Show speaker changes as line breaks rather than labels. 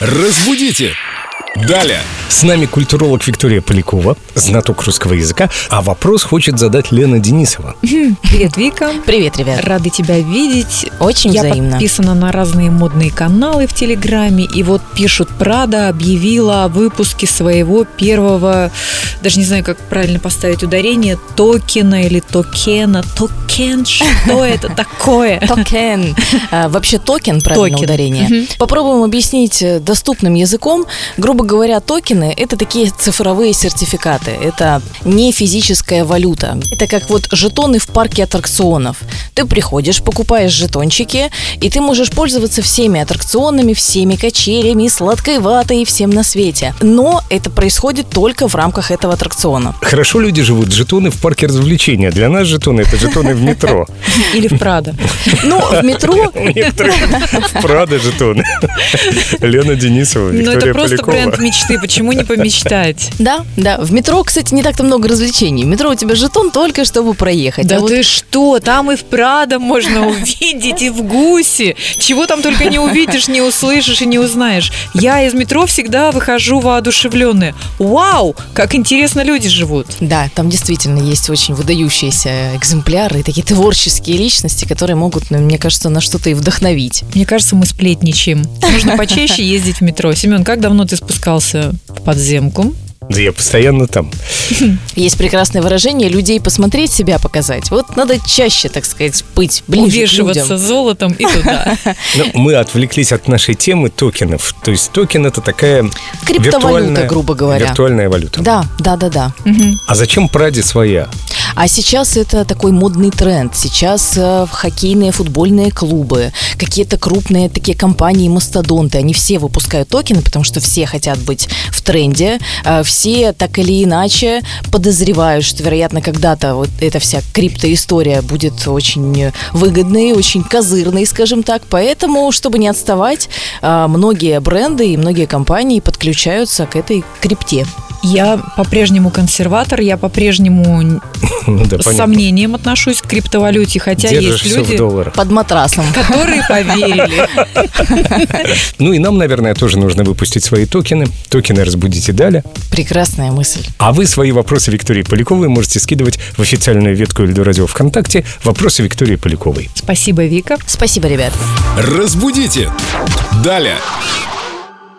Разбудите! Далее!
С нами культуролог Виктория Полякова, знаток русского языка, а вопрос хочет задать Лена Денисова.
Привет, Вика.
Привет, ребят.
Рада тебя видеть.
Очень
Я
взаимно.
подписана на разные модные каналы в Телеграме, и вот пишут, Прада объявила о выпуске своего первого, даже не знаю, как правильно поставить ударение, токена или токена. Токен, что это такое?
Токен. А, Вообще токен, правильно
Токен.
ударение.
Мгм.
Попробуем объяснить э, доступным языком. Грубо говоря, токены – это такие цифровые сертификаты. Это не физическая валюта. Это как вот жетоны в парке аттракционов. Ты приходишь, покупаешь жетончики, и ты можешь пользоваться всеми аттракционами, всеми качелями, сладкой ватой и всем на свете. Но это происходит только в рамках этого аттракциона.
Хорошо люди живут, жетоны в парке развлечения. Для нас жетоны – это жетоны в метро.
Или в Прадо.
Ну, в метро
У некоторых в Прадо жетоны. Лена Денисова,
Но Ну, это
Виктория
просто
Полякова.
бренд мечты, почему не помечтать?
Да, да. В метро, кстати, не так-то много развлечений. В метро у тебя жетон только чтобы проехать.
Да
а вот
ты что, там и в Прадо можно увидеть, и в Гусе. Чего там только не увидишь, не услышишь и не узнаешь. Я из метро всегда выхожу воодушевленная. Вау, как интересно люди живут.
Да, там действительно есть очень выдающиеся экземпляры и такие творческие личности, которые могут, ну, мне кажется, на что-то и вдохновить.
Мне кажется, мы сплетничаем. Нужно почаще ездить в метро. Семен, как давно ты спускался в подземку?
Да я постоянно там.
Есть прекрасное выражение «людей посмотреть, себя показать». Вот надо чаще, так сказать, быть ближе к
Увешиваться
людям.
золотом и туда.
Но Ну, мы отвлеклись от нашей темы токенов. То есть токен – это такая
Криптовалюта,
виртуальная-
грубо говоря.
Виртуальная валюта.
Да, да, да, да.
Мгм.
А зачем Праде своя?
А сейчас это такой модный тренд. Сейчас э, хоккейные, футбольные клубы, какие-то крупные такие компании, мастодонты, они все выпускают токены, потому что все хотят быть в тренде. Э, Все так или иначе подозревают, что, вероятно, когда-то вот эта вся криптоистория будет очень э, выгодной, очень козырной, скажем так. Поэтому, чтобы не отставать, э, многие бренды и многие компании подключаются к этой крипте.
Я по-прежнему консерватор, я по-прежнему
Ну да,
с
понятно.
сомнением отношусь к криптовалюте, хотя
Держишь
есть
все в
люди,
долларах.
Под матрасом.
которые поверили.
Ну и нам, наверное, тоже нужно выпустить свои токены. Токены разбудите далее.
Прекрасная мысль.
А вы свои вопросы Виктории Поляковой можете скидывать в официальную ветку Эльду Радио ВКонтакте «Вопросы Виктории Поляковой».
Спасибо, Вика.
Спасибо, ребят.
Разбудите! Далее!